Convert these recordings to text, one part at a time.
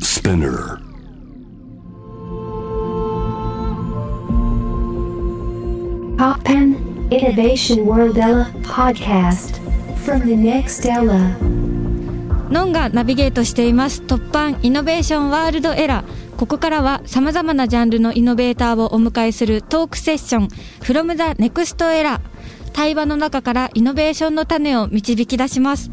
Spinner. ポッペンイノベーションワールド Ella Podcast from the next Ella ノンがナビゲートしています突版イノベーションワールドエラーここからはさまざまなジャンルのイノベーターをお迎えするトークセッション from the next エラー対話の中からイノベーションの種を導き出します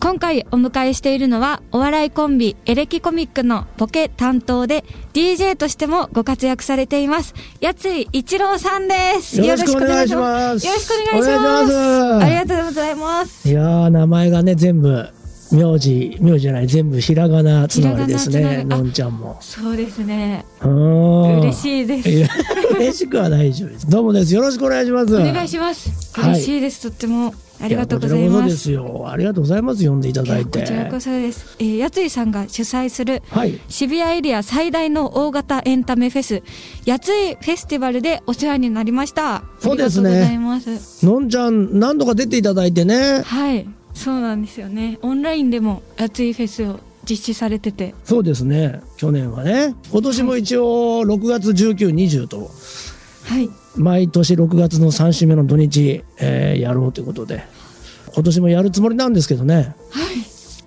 今回お迎えしているのはお笑いコンビエレキコミックのボケ担当で DJ としてもご活躍されていますやつい一郎さんですよろしくお願いしますよろしくお願いしますお願いしますありがとうございますいやー名前がね全部名字名字じゃない全部ひらがなつながりですひらがなねつながのりんちゃんもそうですね嬉嬉いしいですや嬉しくはない丈夫ですどうもですよろしくお願いしますお願いします。はい嬉しいです。とってもあありがとうございこちらこそま。ですすよありがとうございます呼んでいただいてこちらこそです。えー、やついさんが主催するはい渋谷エリア最大の大型エンタメフェス、やついフェスティバルでお世話になりました。そうですねありがとうございます。のんちゃん何度か出ていただいてねはい、そうなんですよね。オンラインでもやついフェスを実施されてて、そうですね去年はね今年も一応6月1920とはい、毎年6月の3週目の土日、えーやろうということで今年もやるつもりなんですけどねは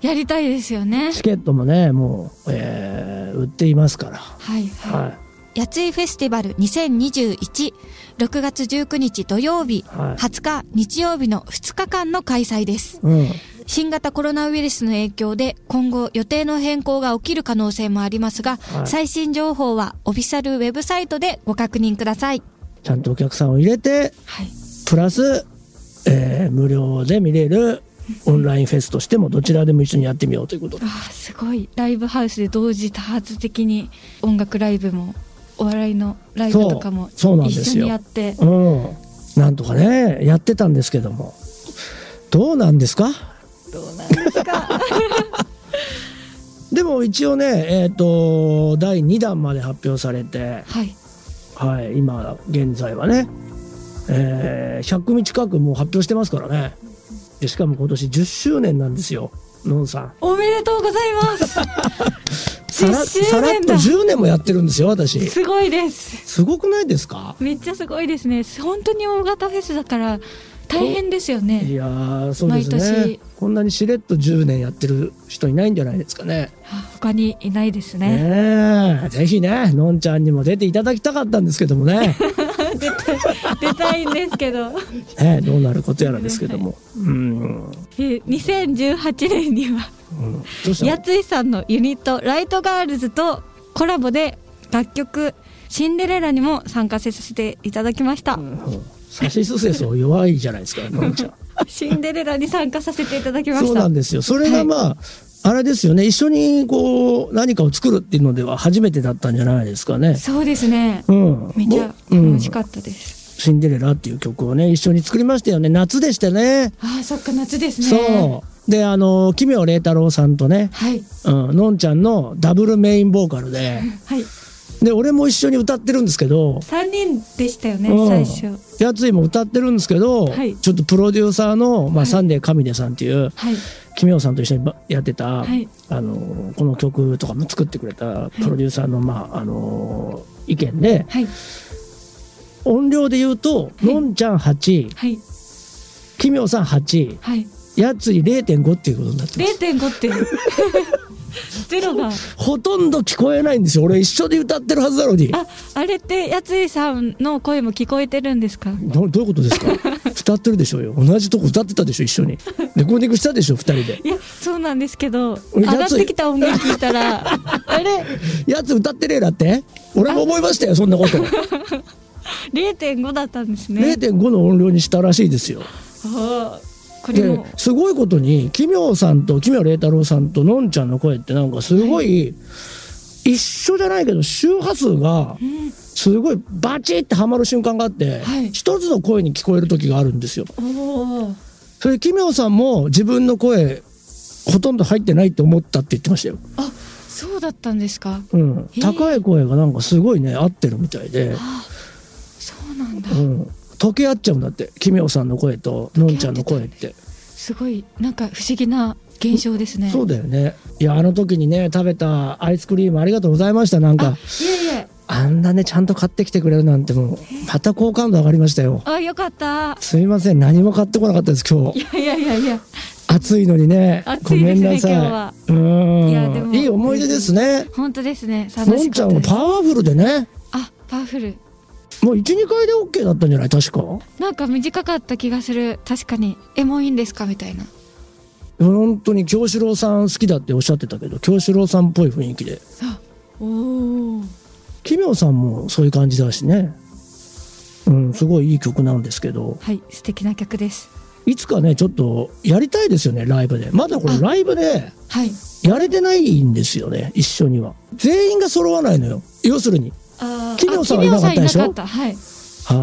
い、やりたいですよね。チケットもねもう、えー売っていますから、はい、はい。はやついフェスティバル20216月19日土曜日、はい20日日曜日の2日間の開催ですいうん、新型コロナウイルスの影響で今後予定の変更が起きる可能性もありますが、はい最新情報はオフィシャルウェブサイトでご確認ください、ちゃんとお客さんを入れてはい、プラス、えー無料で見れるオンラインフェスとしてもどちらでも一緒にやってみようということでわあすごいライブハウスで同時多発的に音楽ライブもお笑いのライブとかもそうそうなんです一よ緒にやってうんなんとかねやってたんですけどもどうなんですかどうなんですか でも一応ねえっ、と第2弾まで発表されてはいはい今現在はね、えー100組近くもう発表してますからねでしかも今年10周年なんですよのんさんおめでとうございます さら10さらっ周年とだ10年もやってるんですよ私すごいですすごくないですかめっちゃすごいですね本当に大型フェスだから大変ですよいねやーそうです毎年ねこんなにしれっと10年やってる人いないんじゃないですかねあ他にいないですねねえぜひねのんちゃんにも出ていただきたかったんですけどもね 出たい出たいんですけど、 ねどうなることやらですけどもうん、え2018年にはうん、どうしたのやついさんのユニットライトガールズとコラボで楽曲シンデレラにも参加させていただきました、うん差しすせそ弱いじゃないですか、のんちゃん。シンデレラに参加させていただきましたそうなんですよ。それがまあ、あれですよね。一緒にこう、何かを作るっていうのでは初めてだったんじゃないですかね。そうですねうん。めっちゃぼうん楽しかったです、シンデレラっていう曲をね、一緒に作りましたよね。夏でしたね。あーそっか夏ですねそう。で、あの、奇妙麗太郎さんとね、はいうん、のんちゃんのダブルメインボーカルで、はいで、俺も一緒に歌ってるんですけど、三人でしたよね、うん最初。やついも歌ってるんですけど、はいちょっとプロデューサーの、まあ、サンデー神出さんっていう、はい。キミオさんと一緒にばやってた、はいあのこの曲とかも作ってくれたプロデューサーの,、まあ、あの意見ではい。音量で言うと、いのんちゃん8はい。キミオさん8はい。やつい0.5っていうことになってま零す点五点。 ゼロが。ほとんど聞こえないんですよ俺一緒に歌ってるはずなのにあ、あれって、やついさんの声も聞こえてるんですか。どどういうことですか 歌ってるでしょうよ同じとこ歌ってたでしょ一緒にレコーディングしたでしょ二人でいや、そうなんですけど、俺上やついがってきた音源聞いた ら。あれ、やつ歌ってねえだって俺も思いましたよそん なこと零点五だったんですね。 0.5の音量にしたらしいですよあーこれでも。すごいことに奇妙さんと奇妙麗太郎さんとのんちゃんの声ってなんかすごい、一緒じゃないけど周波数がうんすごいバチってはまる瞬間があって、はい一つの声に聞こえる時があるんですよ。おお。それで奇妙さんも自分の声ほとんど入ってないって思ったって言ってましたよ。あ、そうだったんですか。うんへ、え高い声がなんかすごいね合ってるみたいで、そうなんだう。ん、溶け合っちゃうんだって奇妙さんの声とのんちゃんの声って。すごい、なんか不思議な現象ですね。そうだよねいやあの時にね食べたアイスクリームありがとうございましたなんかいえいえ、あんなねちゃんと買ってきてくれるなんてもうまた好感度上がりましたよあ、よかった。すみません何も買ってこなかったです今い日やいやいやいや、暑いのにね暑ごいめですねんなさ今日いはういやでもんいい思い出ですね本当ですね。の楽しんちかゃったんはです。パワフルでねあ、パワフル。もう12回で OK だったんじゃない確かなんか短かった気がする。確かに。え、もういいんですかみたいな。本当に京志郎さん好きだっておっしゃってたけど京志郎さんっぽい雰囲気であ、おお。奇妙さんもそういう感じだしねうんすごいいい曲なんですけどはい、素敵な曲です。いつかねちょっとやりたいですよねライブでまだこれあライブではい。やれてないんですよね一緒には全員が揃わないのよ要するにあー奇妙さんはいなかったでしょあ奇妙さんいなかったはい。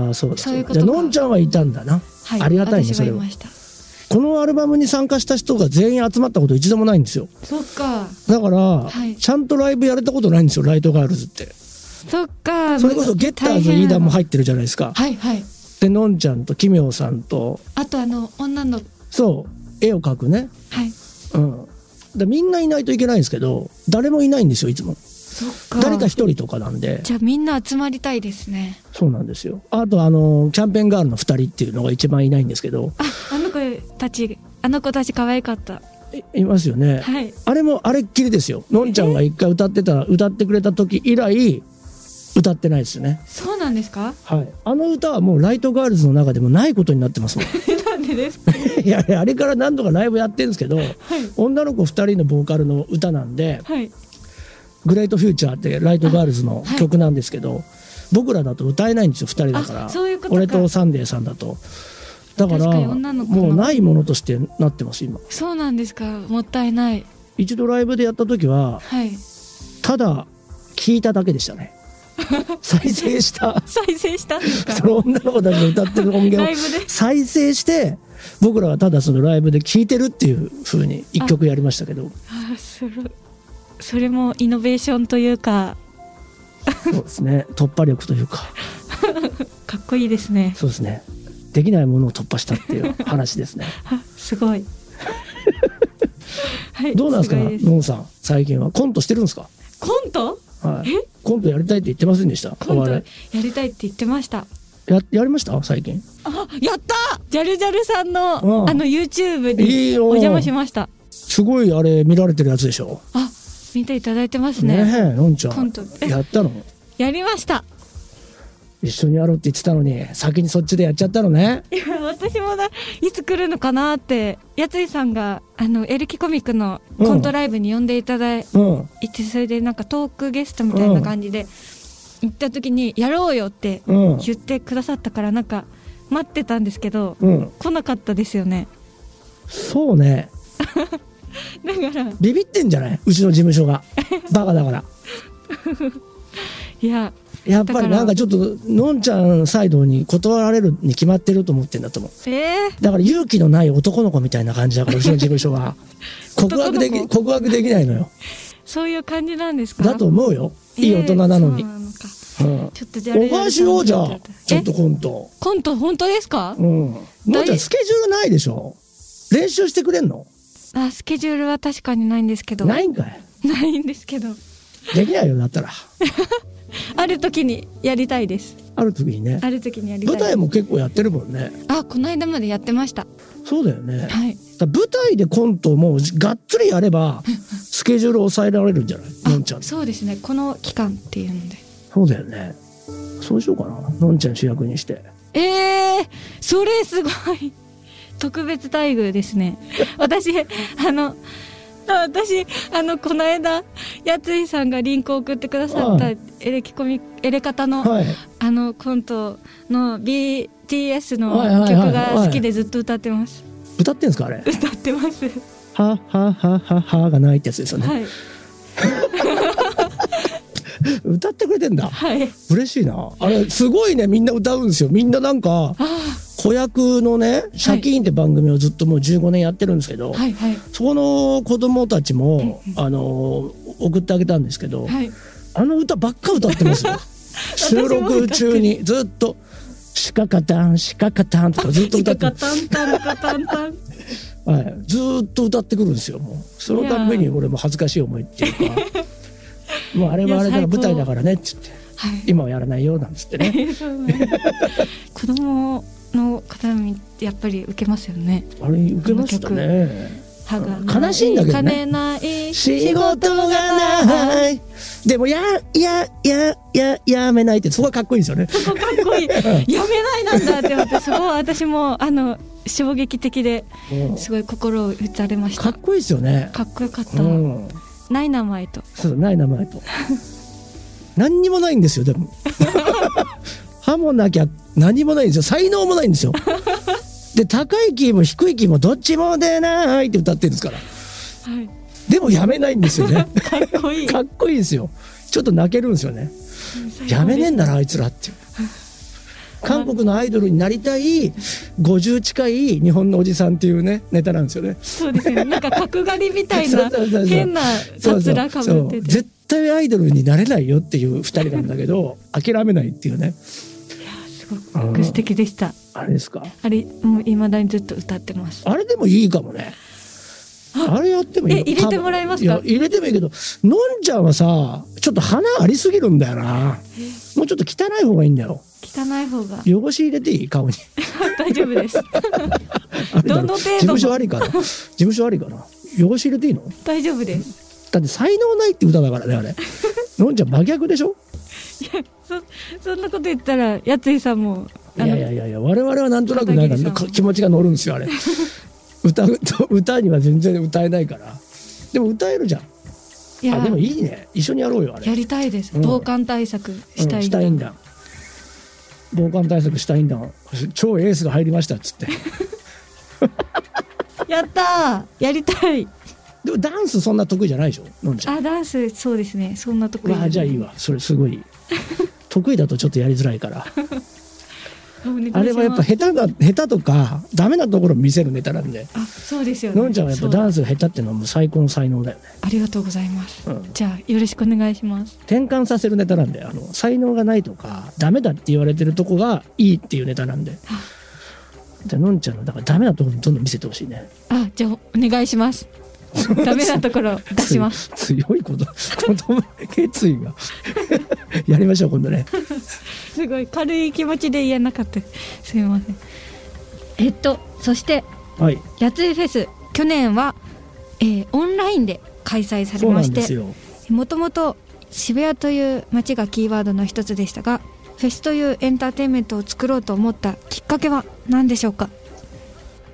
ああそうだそういうことじゃかあのんちゃんはいたんだな、はい。ありがたい私ねそはれいはました。このアルバムに参加した人が全員集まったこと一度もないんですよそっか。だから、いちゃんとライブやれたことないんですよライトガールズってそっか。それこそゲッターズ飯田も入ってるじゃないですかはいはい。でのんちゃんと奇妙さんとあとあの女のそう絵を描くねはい。うんでみんないないといけないんですけど誰もいないんですよいつもそっか。誰か一人とかなんでじゃあみんな集まりたいですね。そうなんですよあとあのキャンペーンガールの2人っていうのが一番いないんですけどあ、あの子たち、あの子たち可愛かった。いいますよね、はい。あれもあれっきりですよのんちゃんが一回歌ってた歌ってくれた時以来歌ってないですよねそうなんですか。はいあの歌はもうライトガールズの中でもないことになってます もんなんでですか。いやいやあれから何度かライブやってるんですけど、女の子2人のボーカルの歌なんではい。 「グレートフューチャーってライトガールズのあはい曲なんですけど、僕らだと歌えないんですよ2人だからあそういうことか俺とサンデーさんだとだから確かに女の子のもうないものとしてなってます今そうなんですか。もったいない。一度ライブでやった時ははい。ただ聞いただけでした ね再生した再生したんですか。その女の子たちが歌ってる音源ライをブで再生して僕らはただそのライブで聴いてるっていう風に一曲やりましたけどあ、それ。それもイノベーションというか。そうですね突破力というかかっこいいですね。そうですねできないものを突破したっていう話ですねあ、すご い。はい。どうなんですかごいのんさん最近はコントしてるんですか、コント。はいえ、コントやりたいって言ってませんでしたコンおト笑やりたいって言ってました。いややりました最近あ、やったジャルジャルさんの、うんあの YouTube いいによお邪魔しました。すごいあれ見られてるやつでしょあ、見ていただいてますねね。えのんちゃコんントやったのやりました。一緒にやろうって言ってたのに先にそっちでやっちゃったのねいや、私もな、いつ来るのかなって、やついさんが、あの、エルキコミックのコントライブに呼んでいただいうんて、それでなんかトークゲストみたいな感じで、行った時に、やろうよってうん言ってくださったから、なんか、待ってたんですけど、うん来なかったですよね。そうねだから、ビビってんじゃないうちの事務 所がバカだからいや、やっぱりなんかちょっとのんちゃんサイドに断られるに決まってると思ってんだと思うえー、だから勇気のない男の子みたいな感じだからうちの事務 所は告白で男きの告白できないのよそういう感じなんですかだと思うよいい大人なのに、えーそうなのかうん、ちょっとじゃあオファーしようじゃあちょっとえコントコント本当ですかうんのんちゃんスケジュールないでしょ練習してくれんのあスケジュールは確かにないんですけどないんかいないんですけどできないよ だったらある時にやりたいですある時にねある時にやりたい舞台も結構やってるもんねあこの間までやってましたそうだよはねいだから舞台でコントをもうがっつりやればスケジュール抑えられるんじゃないあのんちゃんそうですねこの期間っていうのでそうだよねそうしようかなのんちゃん主役にしてえー、それすごい 特別待遇ですね私あのあ私あのこの間やついさんがリンクを送ってくださったはエレキコミエレカタの、はいあのコントの BTS のはいはいはい曲が好きでずっと歌ってます。歌ってんですかあれ歌ってます。はははははがないってやつですよね、はい歌ってくれてんだはい。嬉しいなあれすごいねみんな歌うんですよみんななんかあ子役のね「シャキーン」って番組をずっともう15年やってるんですけど、あはいはいそこの子供たちも、あの送ってあげたんですけど、はい。あの歌ばっか歌っ てますよ収録中にずっと「シカカタンシカカタン」とかずっと歌ってタンタンカタンタン。はい、ずーっと歌ってくるんですよもうそのたんびに俺も恥ずかしい思いっていうか もうあれはあれだいやから最高舞台だからねっつって今はやらないよなんつってね 子供の方にやっぱり受けますよね。あれ受けましたね歯が悲しいんだけどね金ない仕事がないでもやややややめないってそこがかっこいいんですよねそこかっこいい。やめないなんだって思って、すごい私もあの衝撃的でうんすごい心を打たれましかた。っこいいですよねかっこよかった。うんない名前と。そうない名前と何にもないんですよ でも歯もなきゃ何もないんですよ才能もないんですよで高いキーも低いキーもどっちも出ないって歌ってるんですからはい。でもやめないんですよねかっこいい。かっこいいですよちょっと泣けるんですよねやめねえんだなあいつらっていう韓国のアイドルになりたい50近い日本のおじさんっていうねネタなんですよねそうですよね。なんか角刈りみたいな そうそうそうそう変なそうカそツうラかぶってそてう。絶対アイドルになれないよっていう2人なんだけど諦めないっていういねやすごく素敵でした。あれですかあれもう未だにずっと歌ってます。あれでもいいかもねあれやってもいいえ入れてもらえますかや入れてもいいけどのんちゃんはさちょっと花ありすぎるんだよなもうちょっと汚い方がいいんだよ汚い方が汚し入れていい顔に 大丈夫です。あれだどのろ程度も事務所ありかな事務所ありかな汚し入れていいの大丈夫です。だって才能ないって歌だからねあれのんちゃん真逆でしょそそんなこと言ったらやついさんもいあやのいやいやいや我々はなんとなくな片桐さんんか気持ちが乗るんですよあれ歌うと歌には全然歌えないからでも歌えるじゃんいやあでもいいね一緒にやろうよあれやりたいです。うん防寒対策したうんいしんだ。たいんだ防寒対策したいんだ超エースが入りましたっつって やったーやりたい。でもダンスそんな得意じゃないでしょのんちゃんあダンスそうですね。そんな得意。まあじゃあいいわそれすごい得意だとちょっとやりづらい からお願いします。あれはやっぱ下手な下手とかダメなところを見せるネタなんであそうですよね。のんちゃんはやっぱそうダンスが下手っていうのはもう最高の才能だよねありがとうございます。うんじゃあよろしくお願いします。転換させるネタなんであの才能がないとかダメだって言われてるとこがいいっていうネタなんでじゃあのんちゃんのだからダメなとこどんどん見せてほしいねあじゃあお願いし ます。ダメなところ出します。つい強いこと子供決意が やりましょう今度ねすごい軽い気持ちで言えなかったすみませんえっとそしてはいやついフェス去年は、えーオンラインで開催されそうなまんしですてよもともと渋谷という街がキーワードの一つでしたがフェスというエンターテインメントを作ろうと思ったきっかけは何でしょうか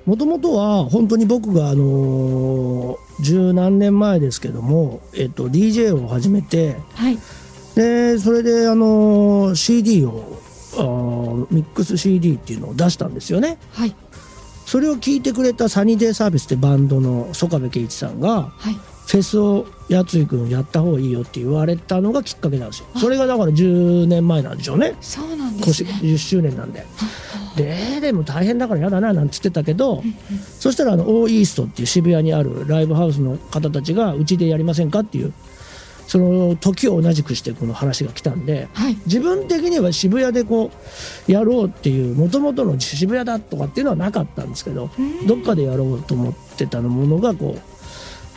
もともとは本当に僕があのー十何年前ですけども、えっと、DJ を始めてはいでそれであのー CD をあーミックス CD っていうのを出したんですよねはいそれを聞いてくれたサニーデイサービスってバンドの曽我部圭一さんがはいフェスをやついくんやった方がいいよって言われたのがきっかけなんですよそれがだから10年前なんでしょうねそうなん今です年ね10周年なんでででも大変だから嫌だななんつってたけどそしたらあのオーイーストっていう渋谷にあるライブハウスの方たちがうちでやりませんかっていうその時を同じくしてこの話が来たんではい自分的には渋谷でこうやろうっていうもともとの渋谷だとかっていうのはなかったんですけどうんどっかでやろうと思ってたものがこう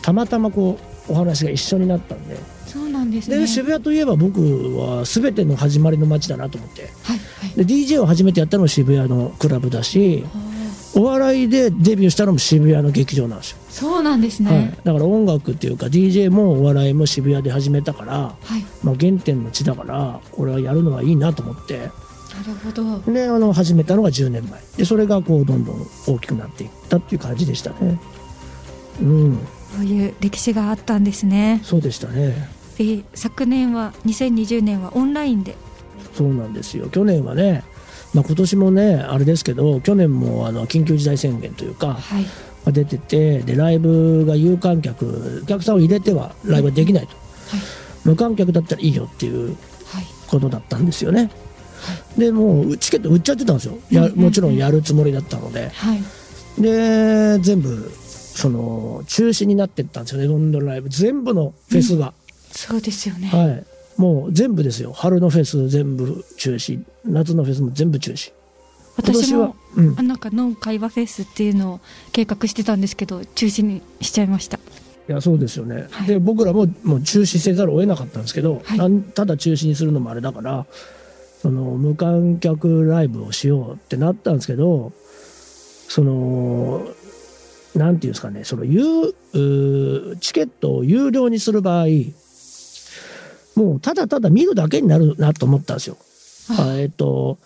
たまたまこうお話が一緒になったんでそうなんですねで渋谷といえば僕は全ての始まりの街だなと思ってはいはいで DJ を初めてやったのも渋谷のクラブだしあーお笑いでデビューしたのも渋谷の劇場なんですよ、そうなんですはいね、だから音楽っていうか DJ もお笑いも渋谷で始めたから、はい、まあ、原点の地だから俺はやるのはいいなと思って。なるほどであの始めたのが10年前でそれがこうどんどん大きくなっていったっていう感じでしたねうんこういう歴史があったんですねそうでしたねえー昨年は2020年はオンラインでそうなんですよ去年はね、まあ、今年もねあれですけど去年もあの緊急事態宣言というかはいまあ出ててでライブが有観客お客さんを入れてはライブはできないとはい無観客だったらいいよっていうはいことだったんですよねでもうチケット売っちゃってたんですよやもちろんやるつもりだったのではいで全部その中止になってったんですよねロンドンライブ全部のフェスが、そうですよね、はいもう全部ですよ春のフェス全部中止夏のフェスも全部中止私今年はも、うんあなんかノン会話フェスっていうのを計画してたんですけど中止にしちゃいましたいやそうですよね、はいで僕らももう中止せざるを得なかったんですけど、はいなんただ中止にするのもあれだからその無観客ライブをしようってなったんですけどそのなんていうんですかねその有うーチケットを有料にする場合もうただただ見るだけになるなと思ったんですよ。ああえっと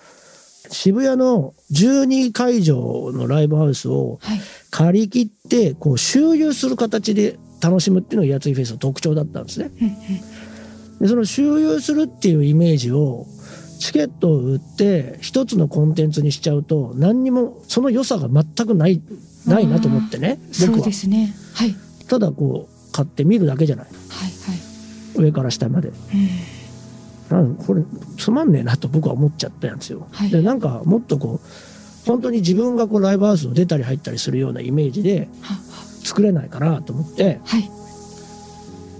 渋谷の12会場のライブハウスをはい借り切ってこう周遊する形で楽しむっていうのがやついフェスの特徴だったんですね。でその周遊するっていうイメージをチケットを売って一つのコンテンツにしちゃうと何にもその良さが全くないないなと思ってねそ僕うはですねはいただこう買ってみるだけじゃないはい上から下まで。はい、うんなんかこれつまんねえなと僕は思っちゃったんですよ。はいでなんかもっとこう本当に自分がこうライブハウスを出たり入ったりするようなイメージでは作れないかなと思って。はい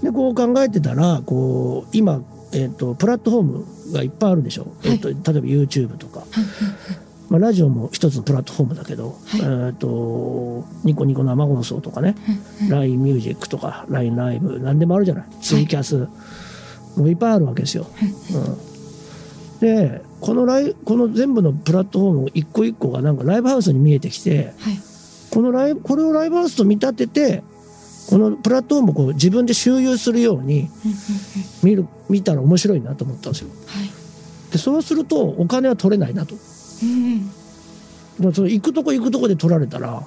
でこう考えてたらこう今、えっとプラットフォームがいっぱいあるでしょ、いえっと例えば YouTube とか、まあ、ラジオも一つのプラットフォームだけど、はいえっとニコニコ生放送とかね、LINE ミュージックとか LINE ライブ何でもあるじゃないツイキャス、もういっぱいあるわけですよ。うん、でこのライこの全部のプラットフォーム一個一個がなんかライブハウスに見えてきて。はいこのライブこれをライブハウスと見立ててこのプラットフォームをこう自分で周遊するように見る見たら面白いなと思ったんですよ。はいでそうするとお金は取れないなと。うんでもその行くとこ行くとこで取られたら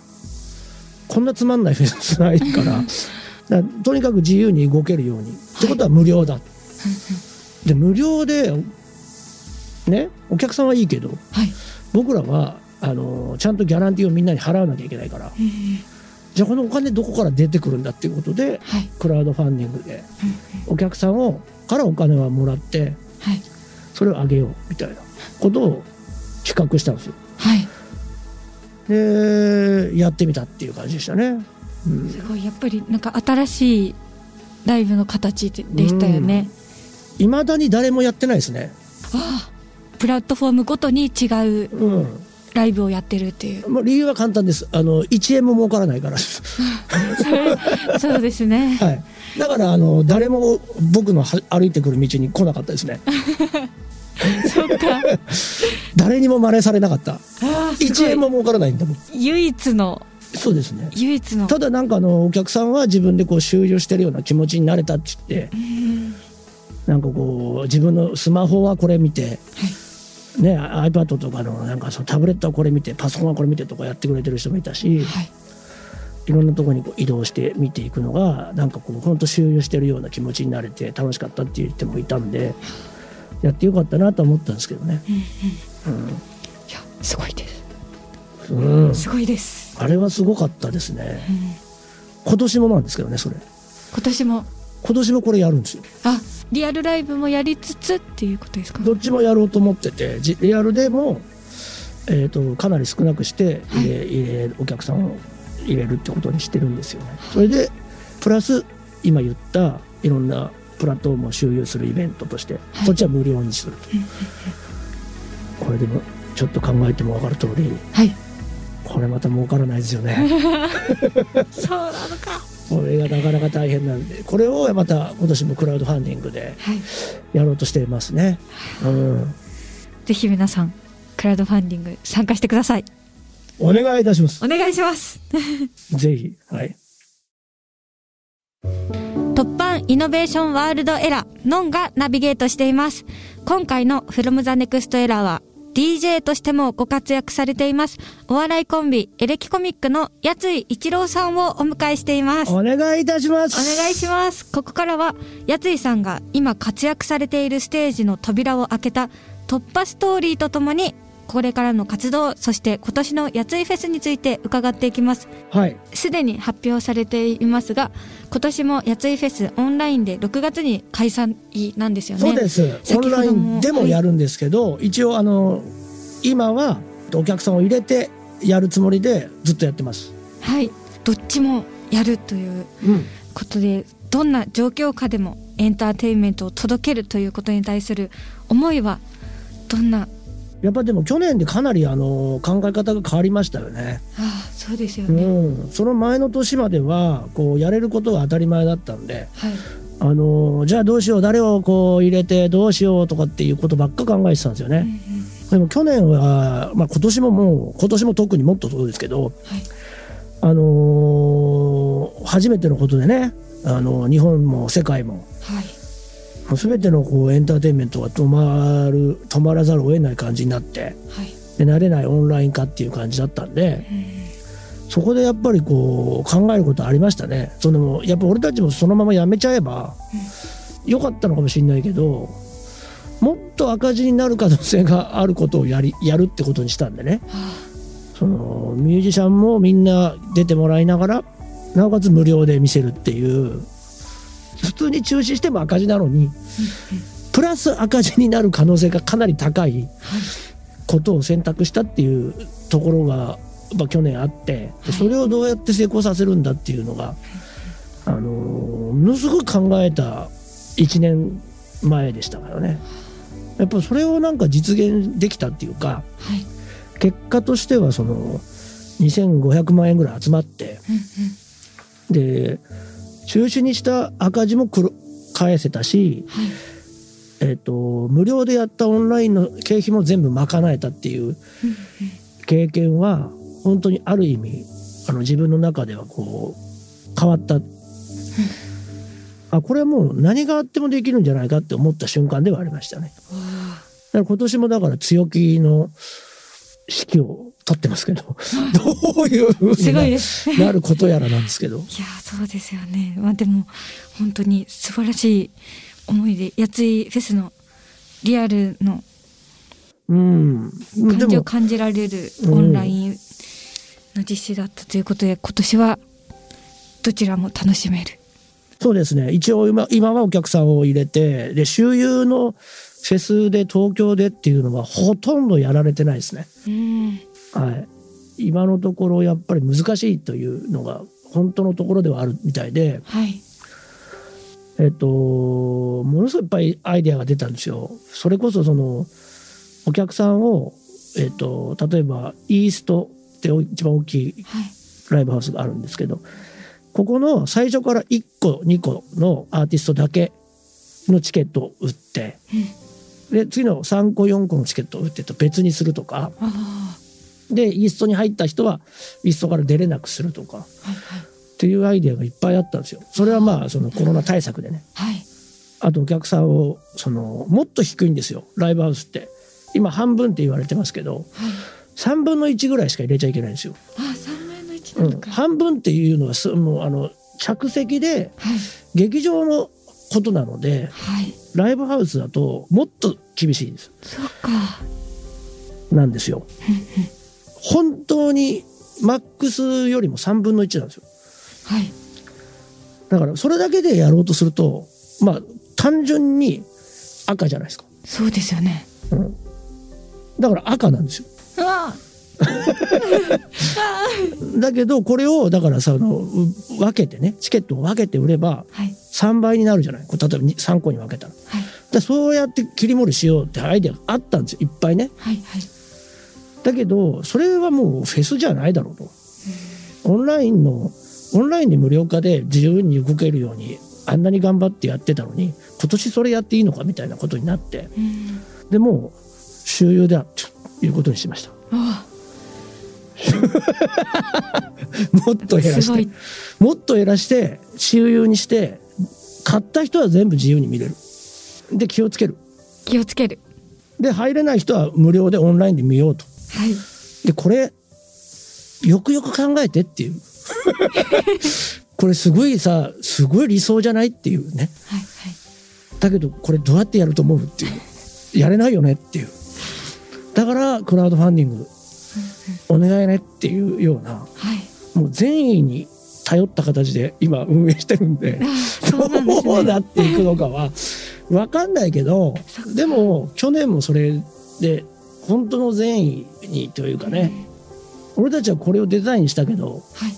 こんなつまんないフェスないから だからとにかく自由に動けるように。ってことは無料だと。で無料でねお客さんはいいけどはい僕らはあのちゃんとギャランティーをみんなに払わなきゃいけないからうんじゃあこのお金どこから出てくるんだっていうことではいクラウドファンディングでお客さんをからお金はもらってはいそれをあげようみたいなことを企画したんですよ。はいでやってみたっていう感じでしたね。うん、すごいやっぱりなんか新しいライブの形ででしたよね、未だに誰もやってないですね。ああプラットフォームごとに違ううん、ライブをやってるって いうもう理由は簡単です。あの1円も儲からないからです。それそうですねはい。だからあの誰も僕のは歩いてくる道に来なかったです ね。そっか誰にも真似されなかった。ああす1円ごいも儲からないんだもん。唯一のそうですね。唯一のただなんかあのお客さんは自分でこう終了してるような気持ちになれたって言って、うんなんかこう自分のスマホはこれ見て、ね、iPad とかのなんかそのタブレットはこれ見てパソコンはこれ見てとかやってくれてる人もいたし、い、はいろんなところにこう移動して見ていくのがなんかこう本当周遊してるような気持ちになれて楽しかったっていう人もいたんでやってよかったなと思ったんですけどね、いやすごいですうん、すごいです、あれはすごかったですねうん、今年もなんですけどねそれ今年も今年もこれやるんですよあリアルライブもやりつつっていうことですかどっちもやろうと思っててじリアルでも、えー、とかなり少なくして入れ入れお客さんを入れるってことにしてるんですよね。それでプラス今言ったいろんなプラットフォームを周遊するイベントとしてはいそっちは無料にすると。これでもちょっと考えても分かる通りはいこれまた儲からないですよね。そうなのかこれがなかなか大変なんでこれをまた今年もクラウドファンディングではいやろうとしていますね。うん、ぜひ皆さんクラウドファンディング参加してくださいお願いいたします。お願いしますぜひはい突版イノベーションワールドエラーノンがナビゲートしています今回の From the Next エラーは DJ としてもご活躍されていますお笑いコンビエレキコミックのやつい一郎さんをお迎えしていますおお願いいたします。願いしますここからはやついさんが今活躍されているステージの扉を開けた突破ストーリーとともにこれからの活動そして今年のやついフェスについて伺っていきますはい。すでに発表されていますが今年もやついフェスオンラインで6月に開催なんですよねそうです、オ先ほどンもラインでもやるんですけど、一応あの今はお客さんを入れてやるつもりでずっとやってます。はいどっちもやるといううん、ことでどんな状況下でもエンターテインメントを届けるということに対する思いはどんなやっぱでも去年でかなりあの考え方が変わりましたよね。ああそうですようね、ん、その前の年まではこうやれることが当たり前だったんではいあのじゃあどうしよう誰をこう入れてどうしようとかっていうことばっか考えてたんですよね。でも去年は、まあ、今年ももう今年も特にもっとそうですけど、はいあのー初めてのことでね、あの日本も世界もはいもう全てのこうエンターテインメントが止まる止まらざるを得ない感じになってはいで慣れないオンライン化っていう感じだったんでうんそこでやっぱりこう考えることありましたねそのやっぱ俺たちもそのままやめちゃえば良かったのかもしれないけどもっと赤字になる可能性があることをやりやるってことにしたんでねあそのミュージシャンもみんな出てもらいながらなおかつ無料で見せるっていう普通に中止しても赤字なのにプラス赤字になる可能性がかなり高いことを選択したっていうところがやっぱ去年あってでそれをどうやって成功させるんだっていうのがあのーものすごく考えた1年前でしたからね。やっぱそれをなんか実現できたっていうか、はい結果としてはその2500万円ぐらい集まってうんで中止にした赤字も黒返せたし、はいえっと無料でやったオンラインの経費も全部賄えたっていううんうん経験は本当にある意味あの自分の中ではこう変わったあこれはもう何があってもできるんじゃないかって思った瞬間ではありましたね。うんわだから今年もだから強気の指揮を取ってますけど どういうふうあすごにないですなることやらなんですけど。いやそうですよねまあでも本当に素晴らしい思いでやついフェスのリアルのうん。で感じをも、感じられるうんオンラインの実施だったということで今年はどちらも楽しめるそうですね。一応今、今はお客さんを入れて、で、周遊のフェスで東京でっていうのはほとんどやられてないですね。うんはい。今のところやっぱり難しいというのが本当のところではあるみたいで、はいえっと、ものすごいいっぱいアイデアが出たんですよ。それこそそのお客さんを、えっと、例えばイーストって一番大きいはいライブハウスがあるんですけどここの最初から1個2個のアーティストだけのチケットを売って、で次の3個4個のチケットを売ってと別にするとかあでイーストに入った人はイーストから出れなくするとあかはいはいっていうアイデアがいっぱいあったんですよ。それはまあそのコロナ対策でねはいあとお客さんをそのもっと低いんですよライブハウスって今半分って言われてますけどはい3分の1ぐらいしか入れちゃいけないんですよ。あ三分の一う、なんのか、は半分っていうのはすもうあの着席でい劇場のことなのではいライブハウスだともっと厳しいですそっかなんですよ本当にマックスよりも3分の1なんですよはいだからそれだけでやろうとするとまあ単純に赤じゃないですか、そうですよねうん、だから赤なんですよあだけどこれをだからさあのう分けてねチケットを分けて売ればはい3倍になるじゃないこう例えばに3個に分けたらはいでそうやって切り盛りしようってアイデアがあったんですよいっぱいねはいはいだけどそれはもうフェスじゃないだろうとオンラインのオンラインで無料化で自由に動けるようにあんなに頑張ってやってたのに今年それやっていいのかみたいなことになってうんでもう周遊だということにしましたあもっと減すらしごいてもっと減らして周遊にして買った人は全部自由に見れるで気をつける気をつけるで入れない人は無料でオンラインで見ようとはいでこれよくよく考えてっていうこれすごいさすごい理想じゃないっていうねはいだけどこれどうやってやると思うっていうやれないよねっていうだからクラウドファンディングお願いねっていうようなはいはいもう善意に頼った形で今運営してるんであそうなんですどねうなっていくのかは分かんないけどそっかでも去年もそれで本当の善意にというかね、俺たちはこれをデザインしたけどはい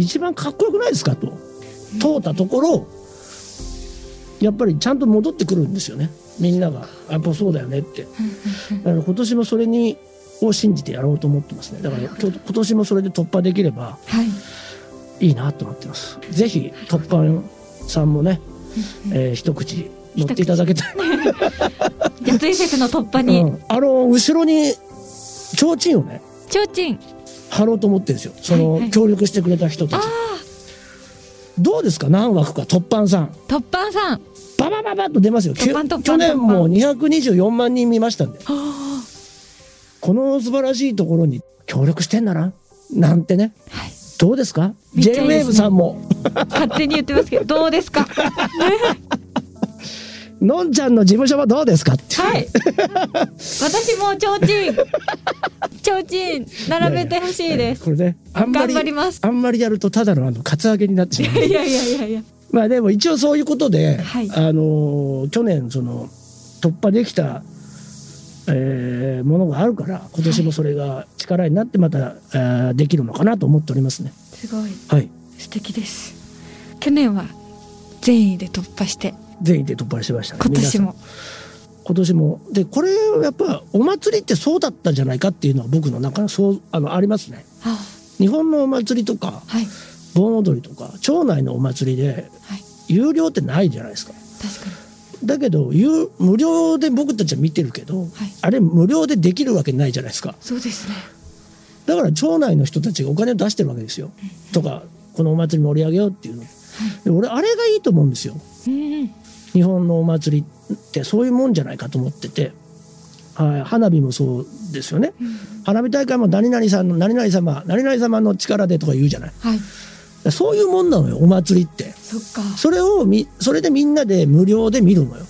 一番かっこよくないですかと問うたところやっぱりちゃんと戻ってくるんですよねみんながやっぱそうだよねってだから今年もそれにを信じてやろうと思ってますねだから今日今年もそれで突破できればはい。いいなと思ってますぜひ突破さんもね、えー一口乗っていただけたらやついフェスの突破うに、ん、あの後ろに提灯をねちょうちん。貼ろうと思ってるんですよそはいのはい協力してくれた人たち、どうですか何枠か突破さん突破さん。ババババッと出ますよき突ゅ破突破去年も突224万人見ましたんではこの素晴らしいところに協力してんならなんてねはい。どうですかめっちゃいいですね JWAVE さんも勝手に言ってますけど、どうですか。のんちゃんの事務所はどうですかっていうはい。私もちょうちん。ちょうちん、並べてほしいです。これねあんまり頑張りますあんまりやるとただのあのカツアゲになってしま ういやいやいやいや。まあでも一応そういうことで、はいあの去年その突破できた、えーものがあるから今年もそれが力になってまた、えーできるのかなと思っておりますね。すごい。はい、素敵です。去年は。善意で突破して、全員で突破しました、ね、今年皆さんも。今年もでこれやっぱお祭りってそうだったんじゃないかっていうのは僕の中のそうあのありますね。あ日本のお祭りとかはい。は盆踊りとか町内のお祭りでい。有料ってないじゃないですか。確かに。だけど有無料で僕たちは見てるけど、あれ無料でできるわけないじゃないですかそうですね。だから町内の人たちがお金を出してるわけですよ、とかこのお祭り盛り上げようっていうの、で俺あれがいいと思うんですようん。日本のお祭りってそういうもんじゃないかと思ってて、はい、花火もそうですよね、花火大会も何々さんの何々様何々様の力でとか言うじゃないはい。そういうもんなのよお祭りってそっか。それをみそれでみんなで無料で見るのよ。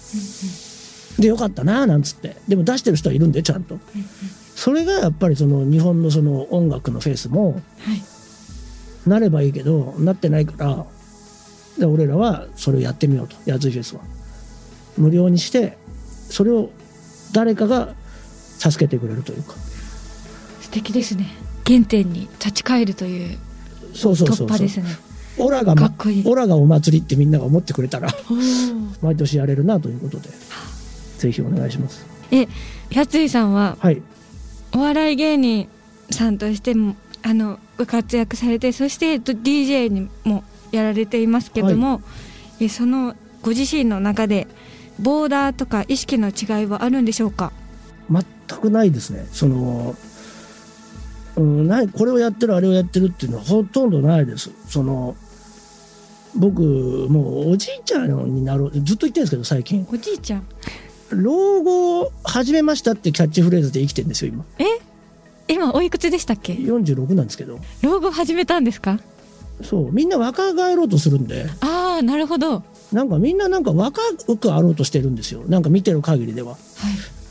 でよかったなあなんつってでも出してる人はいるんでちゃんと。それがやっぱりその日本のその音楽のフェスもはい。なればいいけどなってないからで俺らはそれをやってみようとやついフェスは。無料にしてそれを誰かが助けてくれるというか素敵ですね原点に立ち返るというそうそうそ突うそ破う、ですねオラがまかっこいいオラがお祭りってみんなが思ってくれたらおー毎年やれるなということでぜひお願いします。えやついさんははいお笑い芸人さんとしてもあのご活躍されてそしてえっと DJ にもやられていますけども、えそのご自身の中でボーダーとか意識の違いはあるんでしょうか全くないですねその、うん、ないこれをやってるあれをやってるっていうのはほとんどないですその僕もうおじいちゃんになろうずっと言ってるんですけど最近おじいちゃん老後を始めましたってキャッチフレーズで生きてるんですよ今え今おいくつでしたっけ46なんですけど老後始めたんですかそうみんな若返ろうとするんでああなるほどはなんかみんななんか若くあろうとしてるんですよなんか見てる限りではい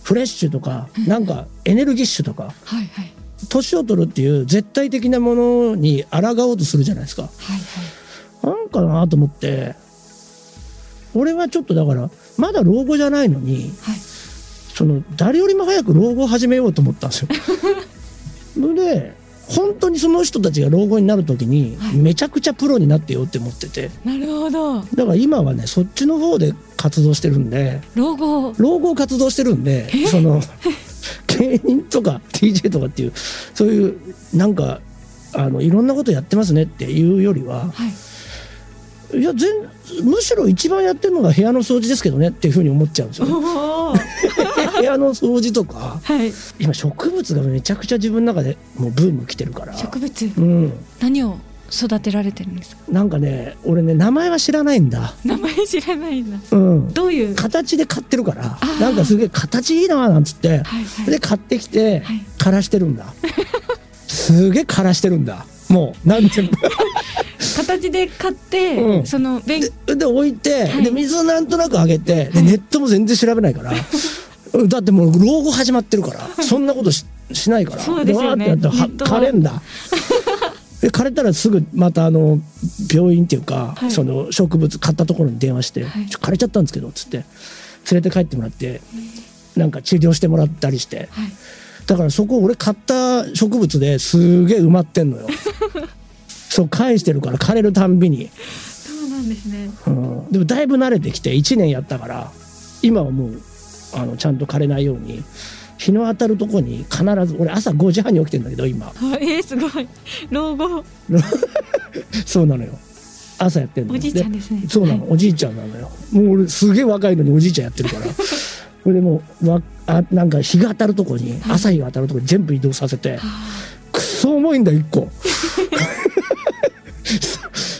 フレッシュとかなんかエネルギッシュとかはいはい年を取るっていう絶対的なものに抗おうとするじゃないですかはいなんかなと思って俺はちょっとだからまだ老後じゃないのにはいその誰よりも早く老後を始めようと思ったんですよ。それで本当にその人たちが老後になる時にめちゃくちゃプロになってよって思っててなるほどだから今はねそっちの方で活動してるんで老後老後活動してるんでその芸人とか DJ とかっていうそういうなんかあのいろんなことやってますねっていうよりは。はいいや全むしろ一番やってるのが部屋の掃除ですけどねっていうふうに思っちゃうんですよね、おお 部屋の掃除とかはい今植物がめちゃくちゃ自分の中でもうブーム来てるから植物うん何を育てられてるんですかなんかね俺ね名前は知らないんだ名前知らないなうんどういう形で買ってるからーなんかすげえ形いいなーなんつって、はいはいで買ってきてはい枯らしてる んだ、すげえ枯らしてるんだもう何年も形で買って、うんその勉でで置いて、はいで水をなんとなくあげてでネットも全然調べない から、うんだってもう老後始まってるからそんなことししないからそうですよねわーってやネッっトたらはは枯れんだ で枯れたらすぐまたあの病院っていうか、はいその植物買ったところに電話して「はいちょ枯れちゃったんですけど」っつって連れて帰ってもらってなんか治療してもらったりしてはいだからそこ俺買った植 物ですげえ埋まってんのよそう返してるから枯れるたんびに。そうなんなんですね。うん、でもだいぶ慣れてきて1年やったから今はもうあのちゃんと枯れないように日の当たるとこに必ず俺朝5時半に起きてんだけど今 あえー、すごい。老後、そうなのよ朝やってんのおじいちゃんですね。そうなはの、おじいちゃんなのよ。もう俺すげえ若いのにおじいちゃんやってるから。 それでもうわあなんか日が当たるとこに朝日が当たるとこに全部移動させてい。あくそ重いんだ1個 2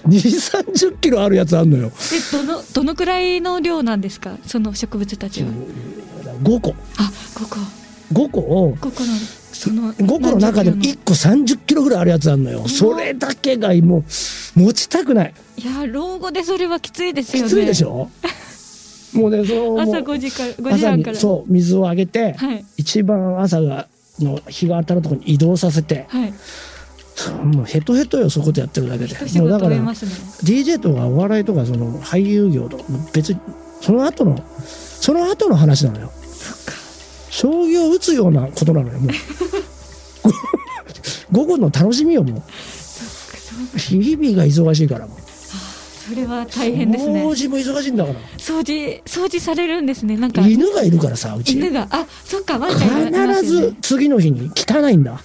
3 0キロあるやつあんのよーえ、どの、どのくらいの量なんですか、その植物たちは。 5個あ、ここ、 5個をここの、その。 5個の中でも何十キ1個3 0キロぐらいあるやつあんのよわそれだけがもう持ちたくないロのいや、老後でそれはきついですきよね。ついで しょもうねその朝もう五時から、五時朝半にから。そう水をあげて、はい。一番朝がの日が当たるところに移動させてはい。もうヘトヘトよそういうことやってるだけで一仕もうだ事か終えらますね。 DJ とかお笑いとかその俳優業とか別にその後のその後の話なのよ将棋を打つようなことなのよもう 午後の楽しみよもう日々が忙しいからもうそれは大変ですね掃。除も忙しいんだか。掃除、掃除されるんですね。なんから犬がいるからさうち犬が、あ、そっか、ワンちゃんがいま必すよねず次の日に汚い んだ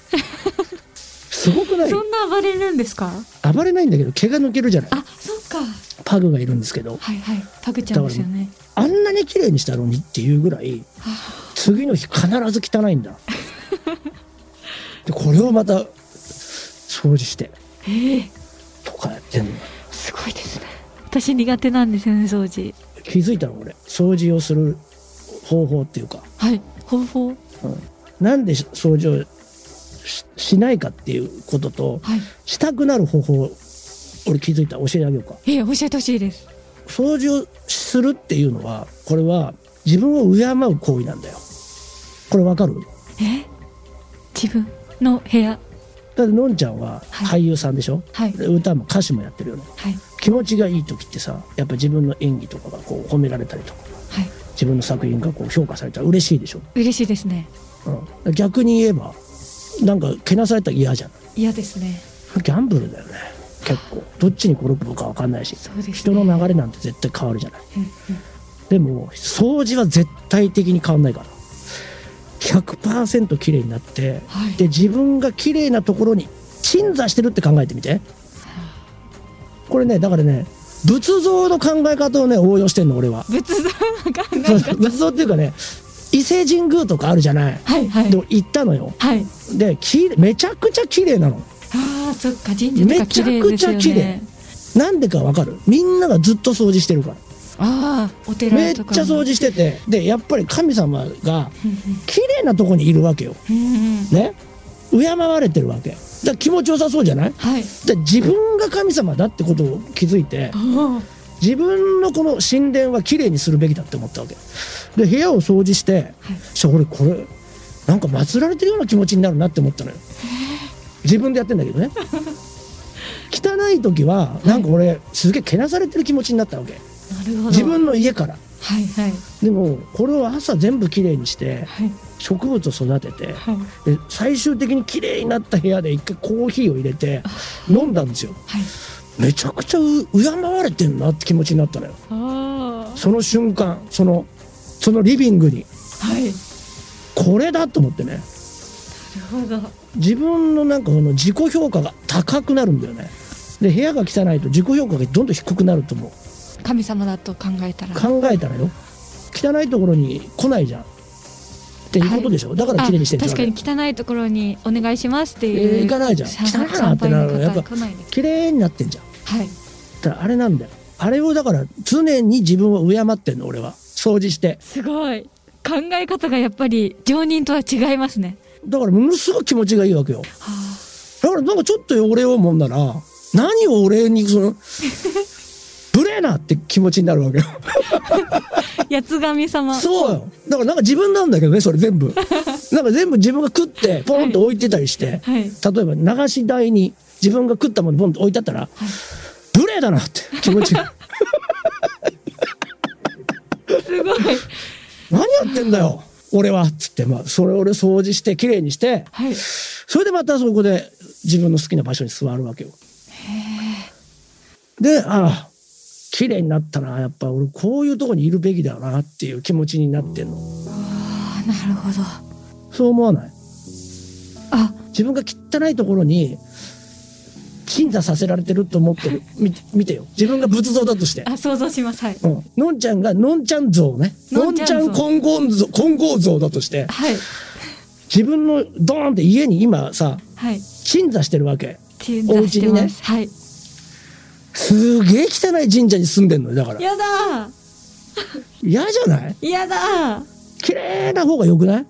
すごくないそんな暴れるんですか。暴れないんだけど毛が抜けるじゃないあ、そっか。パグがいるんですけどはいはい。パグちゃんですよね。あんなに綺麗にしたのにっていうぐらい次の日必ず汚いん だでこれをまた掃除してええとかやってんのすごいですね。私苦手なんですよね、掃除。気づいたの俺掃除をする方法っていうかはい。方法。なんで掃除をししないかっていうこととはい。したくなる方法俺気づいた教えてあげようかええ教えてほしいです。掃除をするっていうのはこれは自分を敬う行為なんだよこれわかるえ自分の部屋。だってのんちゃんはは俳優さんでしょ、はいで歌も歌手もやってるよねはい。気持ちがいい時ってさやっぱ自分の演技とかがこう褒められたりとかはい。自分の作品がこう評価されたら嬉しいでしょ、嬉しいですね。うん、逆に言えばなんかけなされたら嫌じゃん嫌ですね。ギャンブルだよね結構どっちに転ぶか分かんないし、そうですね人の流れなんて絶対変わるじゃないうんうん。でも掃除は絶対的に変わんないから100%綺麗になって、はいで自分が綺麗なところに鎮座してるって考えてみてこれねだからね仏像の考え方をね応用してんの俺は仏像の考えそう方。 仏像っていうかね伊勢神宮とかあるじゃない、はいはでい。も行ったのよはい。できめちゃくちゃ綺麗なのああ、そっか、神社とか綺麗ですよめちゃくちゃ綺麗ね。なんでかわかるみんながずっと掃除してるからああ、おめ寺っちとゃか。掃除。除しててでやっぱり神様がうん綺麗なとこにいるわけようんうんうん。ね敬われてるわけだから気持ちよさそうじゃないはい。で自分が神様だってことを気づいておお。自分のこの神殿は綺麗にするべきだって思ったわけで部屋を掃除して、はいそしたら俺これなんか祀られてるような気持ちになるなって思ったのよ自分でやってんだけど ね汚い時はなんか俺すげえけなされてる気持ちになったわけなるほど。自分の家からはいはいでもこれを朝全部綺麗にしてはい植物を育てて、はいで最終的に綺麗になった部屋で一回コーヒーを入れて飲んだんですよはい。めちゃくちゃう敬われてんなって気持ちになったのよあその瞬間そのそのリビングにあ。はい。なこれだと思ってねるほど。自分のなんかこの自己評価が高くなるんだよねで部屋が汚いと自己評価がどんどん低くなると思う神様だと考えたら。考えたらよ汚いところに来ないじゃんっていうことでしょ、だからあ綺麗にしてるん確かに汚いところにお願いしますっていう、えー行かないじゃんさ汚いなってなる参拝のの方やっぱ来ないです綺麗になってんじゃんはいだからあれなんだよあれをだから常に自分を敬ってんの俺は掃除してすごい考え方がやっぱり常人とは違いますねだからものすごく気持ちがいいわけよはあだからなんかちょっとお礼をもんなら何をお礼に その無礼なって気持ちになるわけよ八神様そうよだからなんか自分なんだけどねそれ全 部なんか全部自分が食ってポンと置いてたりして、はい例えば流し台に自分が食ったものポンと置いてあったら、無礼だなって気持 ちがすごい何やってんだよ俺はっつって、まあ、それ俺掃除してきれいにしてはいそれでまたそこで自分の好きな場所に座るわけよ。で、ああ、綺麗になったなやっぱ俺こういうとこにいるべきだよなっていう気持ちになってんのあなるほどそう思わないあ自分が汚いところに鎮座させられてると思っ てるみ見てよ自分が仏像だとしてあ想像しますはいうん、のんちゃんがのんちゃん像ねののんんちちゃゃん像ん金剛像金剛像だとしてはい自分のドーンって家に今さはい鎮座してるわけ鎮座してお家にまねす、はいすげえ汚い神社に住んでんのよだからやだ嫌じゃないーやだー綺麗な方がよくない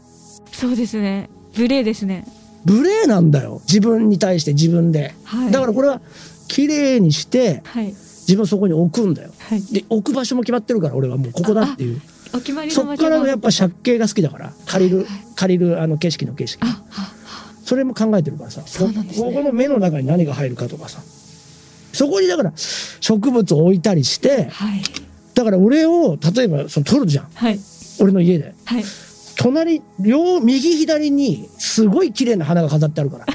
そうですね無礼ですね無礼なんだよ自分に対して自分で、はいだからこれは綺麗にしてはい自分をそこに置くんだよはいで置く場所も決まってるから俺はもうここだっていうお決まりのそっ場か所らがやっぱ借景が好きだから借りる、借りるあの景色の景色ああそれも考えてるからさそうなんですねここの目の中に何が入るかとかさそこにだから植物を置いたりしてはいだから俺を例えばその撮るじゃんはい俺の家ではい隣両右左にすごい綺麗な花が飾ってあるから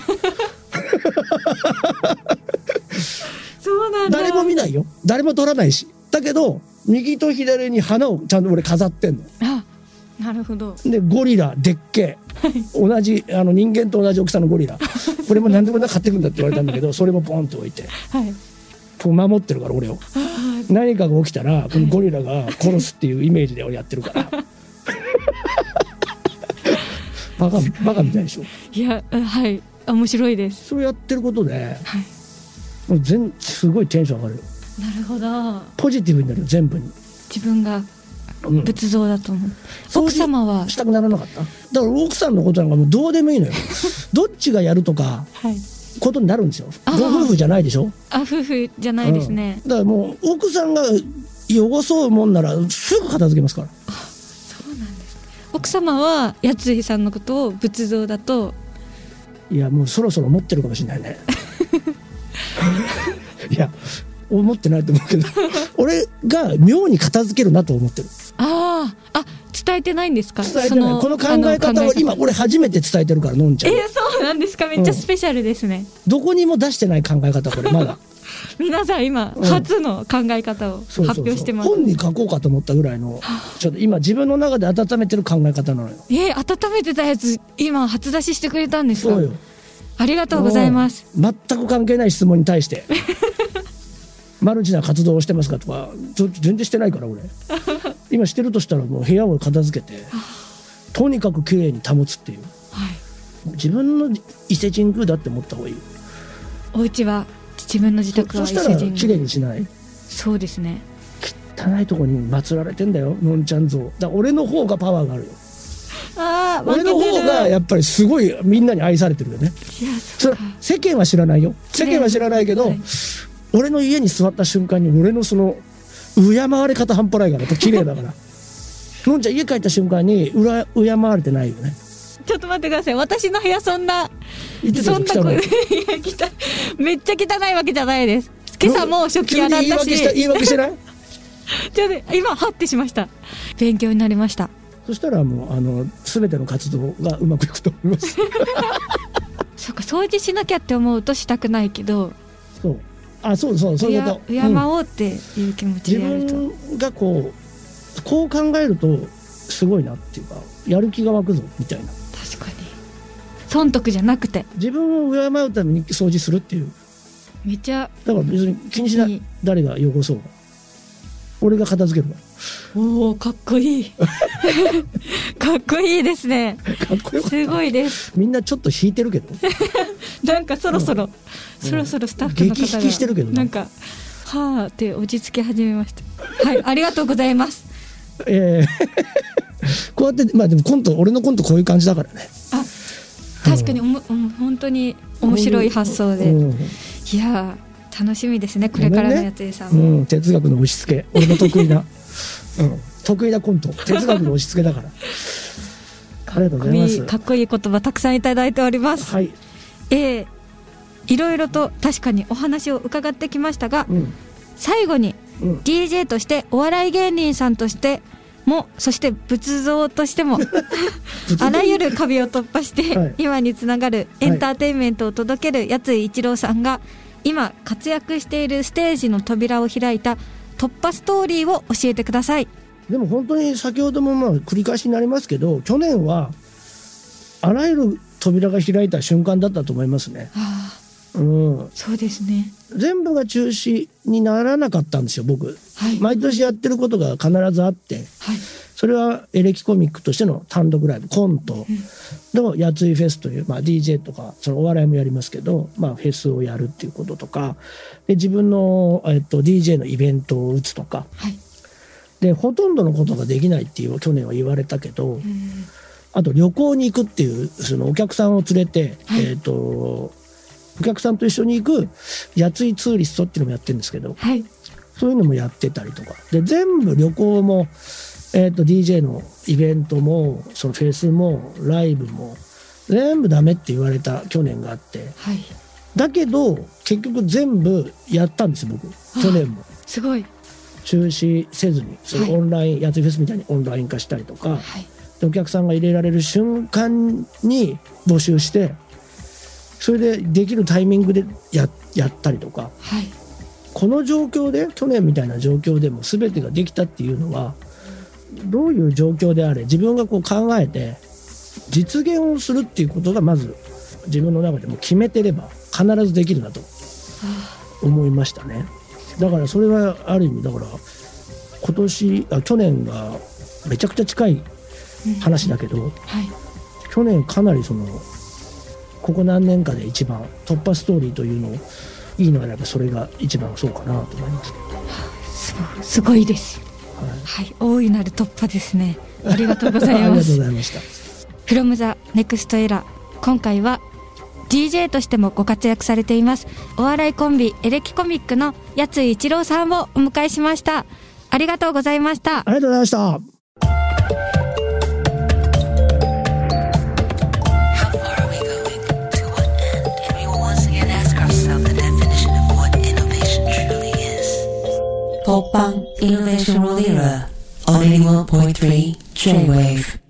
そうなんだ誰も見ないよ誰も撮らないしだけど右と左に花をちゃんと俺飾ってんのあなるほどでゴリラでっけえ同じあの人間と同じ大きさのゴリラこれも何でもなく買ってくんだって言われたんだけどそれもポンと置いてはいこう守ってるから俺をあ何かが起きたらこのゴリラが殺すっていうイメージで俺やってるからバカバカみたいでしょーいやあはい面白いですそれやってることではいもう全すごいテンション上がるよなるほどポジティブになるよ全部に、自分がうん仏像だと思う、掃除奥様はしたくならなかっただから奥さんのことなんかもうどうでもい いのよどっちがやるとかはいことになるんですよあーご夫婦じゃないでしょあ夫婦じゃないですね、うんだからもう奥さんが汚そうもんならすぐ片付けますから奥様はやついさんのことを仏像だといやもうそろそろ持ってるかもしれな いねいや思ってないと思 うけど俺が妙に片付けるなと思ってるあああ伝えてないんですか伝えてそないこの考えあの方を今俺初めて伝えてるからのんちえゃんーそうなんですかめっちゃスペシャルですね、どこにも出してない考え方これまだ皆さん今、うん初の考え方をそう発そうそう表してます本に書こうかと思ったぐらいのちょっと今自分の中で温めてる考え方なのよえー温めてたやつ今初出ししてくれたんですかそうよありがとうございますうん全く関係ない質問に 対してマルチな活動をしてますかとかちょ全然してないから俺今してるとしたらもう部屋を片付けてとにかく綺麗に保つっていうはい自分の伊勢神宮だって思った方がいいお家は自分の自宅はそ伊し勢たら神綺宮麗にしないそうですね汚いとこに祀られてんだよのんちゃん像だから俺の方がパワーがあるよああ俺の方がいややっぱりすごいみんなに愛されてるよねそそうれか世間は知らないよ世間は知らないけど、はい俺の家に座った瞬間に俺のその敬われ方半端ないからやっぱ綺麗だから のんちゃん家帰った瞬間にうら敬われてないよねちょっと待ってください私の部屋そんな言ってたそんよな汚こ いやい汚いめっちゃ汚いわけじゃないです今朝もう食器急に洗っ言いたし訳した言い訳してないちょっと今ハッてしました勉強になりましたそしたらもうあの全ての活動がうまくいくと思います そうか掃除しなきゃって思うとしたくないけどそうあそうそうそうういうやこと敬うんおうっていう気持ち自でやると、分がこうこう考えるとすごいなっていうかやる気が湧くぞみたいな確かに損得じゃなくて自分を敬うために掃除するっていうめちゃだから別に気にしないいい誰が汚そうが俺が片付けるかおおかっこいい かっこいいですねらかっこよかったすごいですみんなちょっと引いてるけど なんかそろそろ、そろそろスタッフの方が激引きしてるけどねなんかはあって落ち着き始めましたはいありがとうございますええこうやってまあでもコント俺のコントこういう感じだからねあ確かにおも、うん本当に面白い発想で、うんいやー楽しみですねこれからのやついさんうも、ん、哲学の押し付け俺の得意な、 うん、得意なコント哲学の押し付けだからありがとうございますかっこいい言葉たくさんいただいております、はい、えーいろいろと確かにお話を伺ってきましたが、うん最後にうん DJ としてお笑い芸人さんとしてもそして仏像として もあらゆる壁を突破して、はい今につながるエンターテインメントを届けるやつい一郎さんが今活躍しているステージの扉を開いた突破ストーリーを教えてくださいでも本当に先ほどもまあ繰り返しになりますけど去年はあらゆる扉が開いた瞬間だったと思いますね。ああうん、そうですね全部が中止にならなかったんですよ僕。はい、毎年やってることが必ずあってはいそれはエレキコミックとしての単独ライブコントの「やついフェス」という、まあ、DJ とかそのお笑いもやりますけど、まあ、フェスをやるっていうこととかで自分の、えっと、DJ のイベントを打つとかはいでほとんどのことができないっていう去年は言われたけどうんあと旅行に行くっていうそのお客さんを連れて、はいえっとお客さんと一緒に行く「やついツーリスト」っていうのもやってるんですけどはいそういうのもやってたりとか。で、全部旅行も、えっ、と、DJ のイベントも、そのフェスも、ライブも、全部ダメって言われた去年があって。はいだけど、結局全部やったんですよ、僕。去年も。すごい中止せずに、そはいのオンライン、やついフェスみたいにオンライン化したりとか、はいでお客さんが入れられる瞬間に募集して、それでできるタイミングでややったりとか。はいこの状況で去年みたいな状況でも全てができたっていうのはどういう状況であれ自分がこう考えて実現をするっていうことがまず自分の中でも決めてれば必ずできるなと思いましたねだからそれはある意味だから今年あ去年がめちゃくちゃ近い話だけどはい去年かなりそのここ何年かで一番突破ストーリーというのをいいのがやっぱそれが一番そうかなと思います。すごいすごいですはいはい大いなる突破ですねありがとうござい あまりがとうすございました。 from the next era 今回は DJ としてもご活躍されていますお笑いコンビエレキコミックのやつい一郎さんをお迎えしましたありがとうございましたありがとうございました。 How far are we going? To what end? And we will once again ask ourselves the definition of what innovation truly is. Popang Innovation World Era on 81.3 J-Wave.